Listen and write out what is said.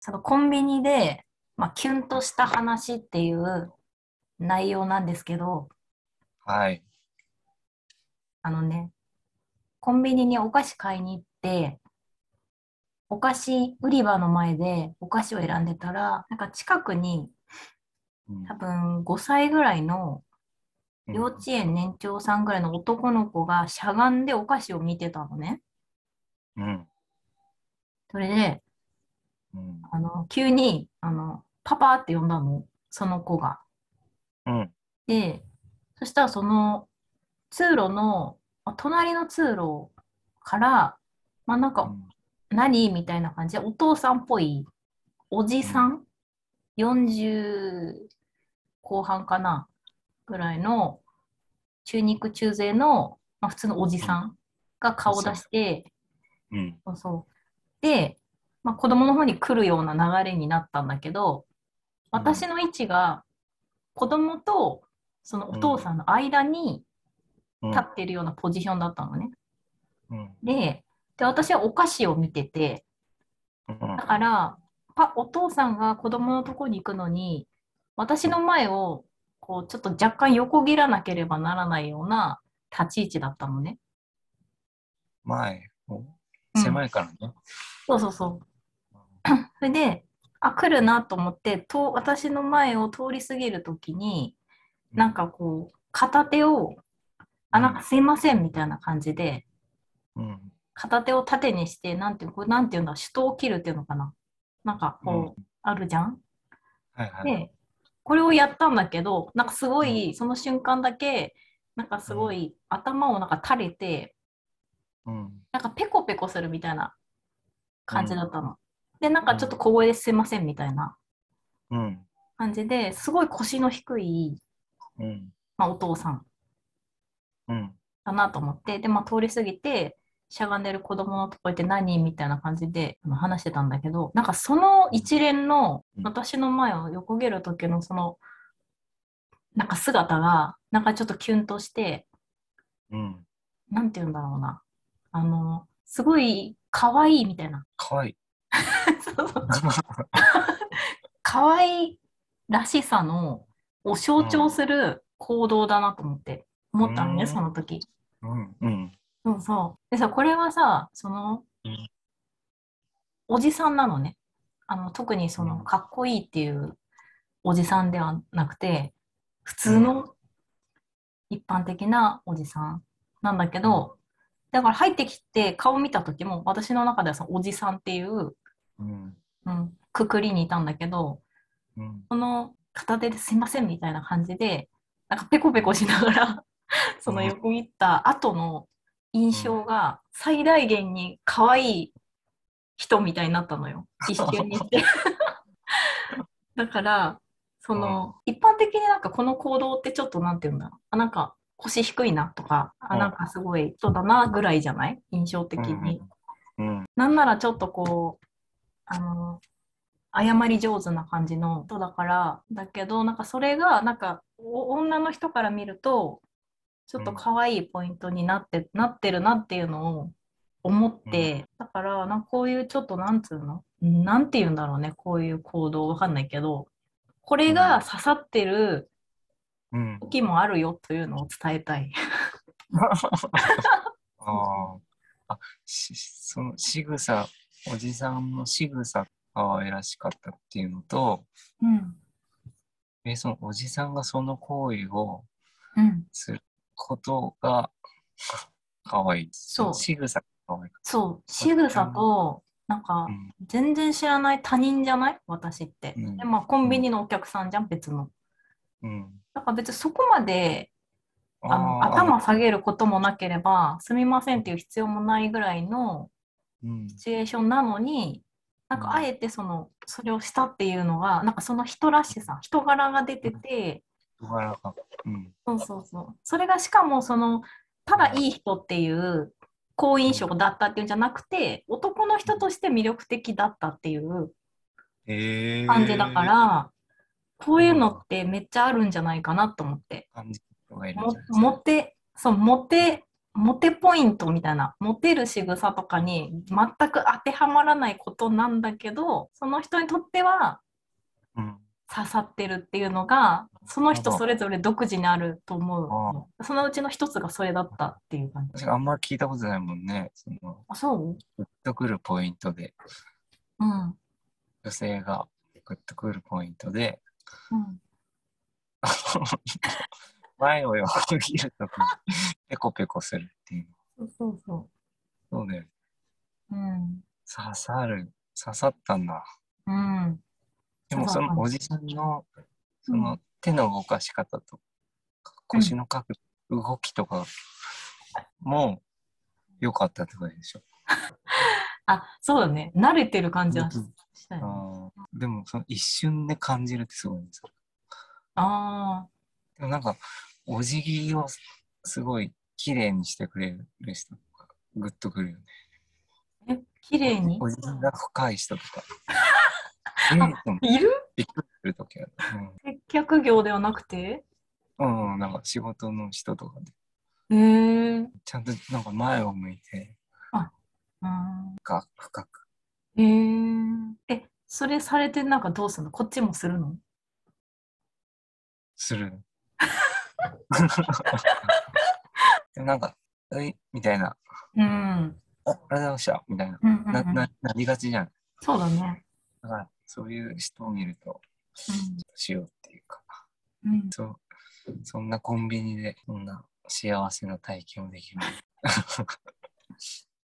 そのコンビニで、まあ、キュンとした話っていう内容なんですけど、はい。あのね、コンビニにお菓子買いに行って、お菓子売り場の前でお菓子を選んでたら、なんか近くにうん多分5歳ぐらいのうん幼稚園年長さんぐらいの男の子がしゃがんでお菓子を見てたのね。うん。それで、うん。あの、急に、あの、パパって呼んだの、その子が。うん。で、そしたらその通路の、あ隣の通路から、まあなんか、何みたいな感じで、お父さんっぽいおじさん、40後半かなぐらいの中肉中背の、まあ、普通のおじさんが顔を出して、うん。そうそうで、まあ、子供の方に来るような流れになったんだけど私の位置が子供とそのお父さんの間にうん。立ってるようなポジションだったのね。うん。でで私はお菓子を見ててうんだからパお父さんが子供のとこに行くのに私の前をこうちょっと若干横切らなければならないような立ち位置だったのね。前。おうん狭いからね。そうそうそう。それで、あ、来るなと思って、と私の前を通り過ぎるときに、なんかこう、片手を、あ、なんかすいませんみたいな感じで、うん。片手を縦にして、なんていう、これなんていうんだ、手刀を切るっていうのかな。なんかこう、あるじゃん。はいはい。で、これをやったんだけど、なんかすごい、その瞬間だけ、なんかすごい、頭をなんか垂れて、うん。なんかペコペコするみたいな感じだったの。で、なんかちょっと小声ですいませんみたいな。うん。感じですごい腰の低い、うん。まあ、お父さんうん。だなと思ってで、まあ、通り過ぎてしゃがんでる子供のとこ行って何みたいな感じであの話してたんだけどなんかその一連のうん私の前を横切る時のそのなんか姿がなんかちょっとキュンとしてうん。なんて言うんだろうなあのすごい可愛いみたいな かわいい。 そうそう可愛いらしさのを象徴する行動だなと思って思ったのね、うんその時。うん。うん。そうそう。でさ、これはさ、そのうん、おじさんなのね。あの、特にそうの、んかっこいいっていうおじさんではなくて、普通の一般的なおじさんなんだけど、だから入ってきて顔見た時も、私の中ではそのおじさんっていう、うん。うん、くくりにいたんだけど、うん。その片手ですいませんみたいな感じで、なんかペコペコしながら、その横切った後の印象が最大限に可愛い人みたいになったのよ。一瞬に して。だから、その、一般的になんかこの行動ってちょっとなんて言うんだろう。あ、なんか腰低いなとか、あ、うんなんかすごい人だなぐらいじゃない印象的に。うん。なんならちょっとこう、あの、謝り上手な感じの人だから、だけど、なんかそれが、なんか、お女の人から見ると、ちょっと可愛いポイントになって、なってるなっていうのを思って、だから、なんかこういうちょっと、なんつうのなんて言うんだろうね、こういう行動、わかんないけど、これが刺さってるうん。時もあるよというのを伝えたい。 ああ。あ、し、その仕草、おじさんの仕草、可愛らしかったっていうのと、うん。え、そのおじさんがその行為をうん。することが、可愛い。そう仕草が可愛い。そう、仕草と、なんか、うん。全然知らない他人じゃない私って。うんでまあ、コンビニのお客さんじゃん、別の。うん。だから別にそこまであのあー頭下げることもなければ、すみませんっていう必要もないぐらいのうん。シチュエーションなのに、なんうかんあえてその、それをしたっていうのが、なんかその人らしさ、人柄が出てて、柔らかく。うん。そうそうそう。それがしかもその、ただいい人っていう好印象だったっていうんじゃなくて、男の人として魅力的だったっていうええ。感じだか。ら、こういうのってめっちゃあるんじゃないかなと思って。感じの人がいるんもじゃないですかモテ、そう、モテモテポイントみたいな、モテる仕草とかに全く当てはまらないことなんだけど、その人にとってはうん。刺さってるっていうのが、その人それぞれ独自にあると思うの。そのうちの一つがそれだったっていう感じ。確かにあんま聞いたことないもんね。その、あ、そうグッとくるポイントで、うん。女性がグッとくるポイントで、うん、前を横切るときに ペコペコするっていう。そうそうそそうだよね。う。うん。刺さる、刺さったんだ。うん。でも刺そさったのおじさんの、そうんの手の動かし方と、腰のかく動きとかも良かったってことでしょ。あ、そうだね。慣れてる感じはしたよね。あーでもその一瞬で感じるってすごいんですよ。あでもなんか、お辞儀をすごい綺麗にしてくれる人とか、グッとくるよね。あ。え、綺麗にお辞儀が深い人と か。えーって思っているびっくりするときある。接客業ではなくてうん、うん、なんか仕事の人とかへで、えー。ちゃんとなんか前を向いて、うん深く深く。へええ、それされてなんかどうするのこっちもするのする。でもなんか、ういみたいな、うん。あありがとうございました、みたいな、うんうんうなんななりがちじゃん。そうだね。だから、そういう人を見ると、しようっていうか、うんうんそうそんなコンビニで、そんな幸せな体験をできる。